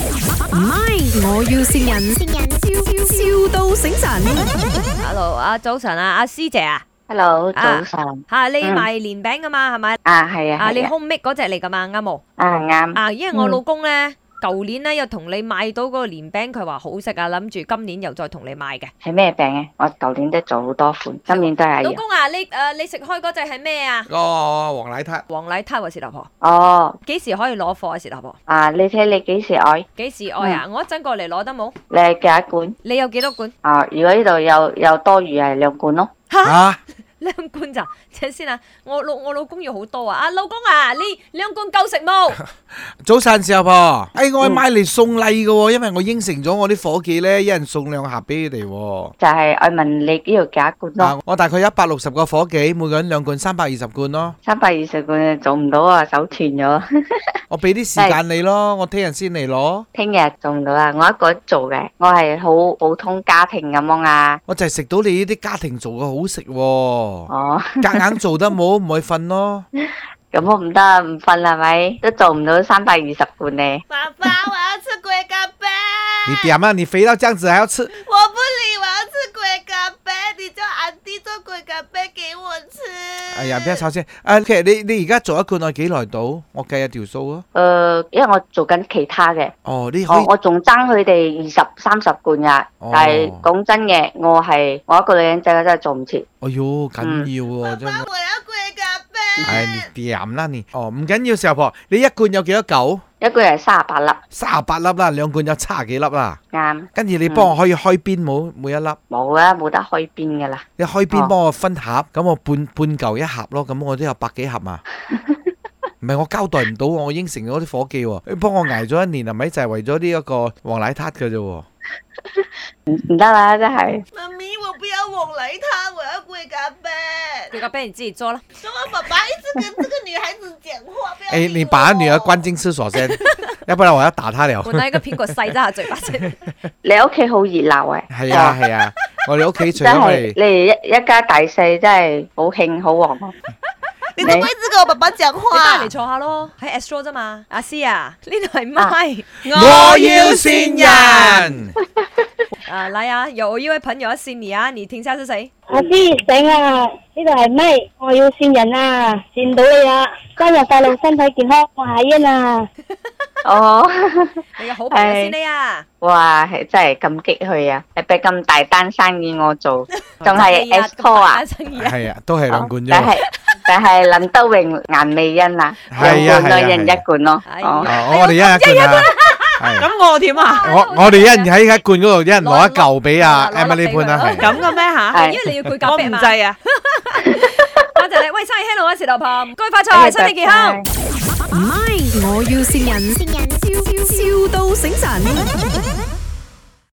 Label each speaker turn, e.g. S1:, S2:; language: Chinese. S1: 唔係，我要善人，笑笑到醒神。
S2: Hello，啊早晨啊，阿師姐啊，
S3: Hello，
S2: 啊
S3: 早晨
S2: 吓你
S3: 嗯
S2: 賣年餅噶嘛，係咪？
S3: 啊，系啊，
S2: 啊，你
S3: 係啊
S2: home make 嗰只嚟噶嘛，啱冇？
S3: 啊啱
S2: 啊，因為我
S3: 嗯
S2: 老公咧，舊年咧又同你買到嗰個年餅，佢話好食啊，諗住今年又再同你買嘅。
S3: 係咩病啊？我舊年都做好多款，今年都係
S2: 老
S3: 一樣。
S2: 公啊，你诶你食開嗰只係咩啊？
S4: 哦，黃奶挞
S2: 黃禮塔啊，薛老婆，
S3: 哦，
S2: 幾時可以攞貨啊？薛老婆，
S3: 啊你睇你幾時愛？
S2: 幾時愛
S3: 嗯
S2: 啊？我一陣過嚟攞得冇？
S3: 你係幾多罐？
S2: 你有幾多罐？
S3: 啊，如果呢度有有多餘係兩罐咯。
S4: 啊，
S2: 兩罐咋？請先啊，我老我老公要好多啊！啊，老公啊，你兩罐夠食冇？
S4: 早晨，小婆，哎，我係買嚟送禮嘅喎，因為我應承咗我啲伙計咧，一人送兩盒俾佢哋喎。
S3: 就係我問你呢度幾多罐咯？
S4: 啊，我大概一百六十個伙計，每個人兩罐，三百二十罐咯。
S3: 三百二十罐做唔到啊，手斷咗。
S4: 我俾啲時間你咯，我聽日先嚟攞。
S3: 聽日做唔到啊，我一個人做嘅，我係好普通家庭咁樣啊。
S4: 我就係食到你呢啲家庭做嘅好食喎，
S3: 哦，
S4: 夾硬做得冇，唔可以瞓咯。
S3: 咁我唔得啊，唔瞓係咪？都做唔到三百二十罐呢。
S2: 爸爸，我要吃龟甲餅。
S4: 你點啊？你肥到這樣子還要吃？
S2: 我不理，我要吃龟甲餅，你叫阿弟做龟甲餅給我吃。
S4: 哎呀，俾人炒先。啊，其實你你而家做一罐我幾耐到？我計下條數啊。
S3: 誒、因為我做緊其他嘅。
S4: 哦，你可
S3: 我
S4: 以
S3: 我仲爭佢哋二十三十罐噶，
S4: 哦
S3: 但係講真嘅，我係我一個女人仔，我真係做唔切。
S4: 哎呦，緊要喎，真係。
S2: 啊我要龟甲 餅。
S4: 唉，你掂啦你。哦，唔緊要，石婆，你一罐有幾多嚿？
S3: 一個人三十八粒，
S4: 三十八粒啦，兩罐有七十幾粒啦。
S3: 啱
S4: 跟住你幫我可以開邊冇每一粒，
S3: 冇啊，冇得開邊噶啦。
S4: 你開邊
S3: 哦
S4: 幫我分盒，咁我半半嚿一盒咯，咁我都有百幾盒 嘛。唔係我交代唔到喎，我應承咗啲伙計喎，佢幫我捱咗一年係咪？就係為咗呢一個黃奶撻嘅啫喎。
S3: 唔得啦，真係
S5: 妈咪，我不要往来他，我要跪干杯。
S2: 龟甲餅你自己做啦。
S5: 中国爸爸一直跟这个女孩子讲话，不要
S4: 哎，
S5: 理
S4: 你
S5: 我
S4: 把女兒關進廁所 先，要不然我要打 她了。
S2: 本來一個蘋果塞咗下嘴巴先。
S3: 你屋企好熱鬧啊！
S4: 係啊係啊，我哋屋企除
S3: 真
S4: 咗我
S3: 係
S4: 哋
S3: 你哋一一家大細真係好興好旺啊。
S5: 你怎么一直跟我爸爸讲
S2: 哎你帶
S5: 话
S2: 嚟？坐下咯，喺 Astro 啫嘛。阿師啊，呢度係咪？
S4: 我要 善人。
S2: 啊，來啊，有一位朋友要線你啊，你聽下是誰？
S6: 阿师醒啊！呢度系咪？我要善人啊，善到你啊！生日快樂，身體健康，我係阿欣啊！
S3: 哦，
S2: 你嘅好朋友先你啊，
S3: 哇，係真係感激佢啊！係俾咁大單生意我 做，仲係
S2: 你啊
S3: S c o 啊，
S2: 生意啊，
S4: 係啊，都係兩罐啫
S3: 但
S4: 喎。
S3: 係但係林德榮、顏美欣啊，
S4: 係啊
S3: 兩罐
S4: 係啊
S3: 女人
S4: 係啊
S3: 一罐咯。
S2: 哎
S3: 哦
S2: 呀。
S4: 哦，我哋一人一罐啊，係
S7: 咁我點啊？
S4: 我我哋一人喺一罐嗰度，一人攞一嚿俾阿
S2: 攞攞
S4: Emily 潘啊，
S2: 攞
S4: 係
S7: 咁嘅咩吓？
S3: 係
S2: 因為你要攰
S7: 我
S2: 夾
S7: 唔
S2: 餅嘛。
S7: 制啊！
S2: 多謝你，喂，生意 hello 啊，石頭婆，該發
S3: 哎
S2: 財，身體健康。
S1: 唔係，我要善人，笑笑到醒神。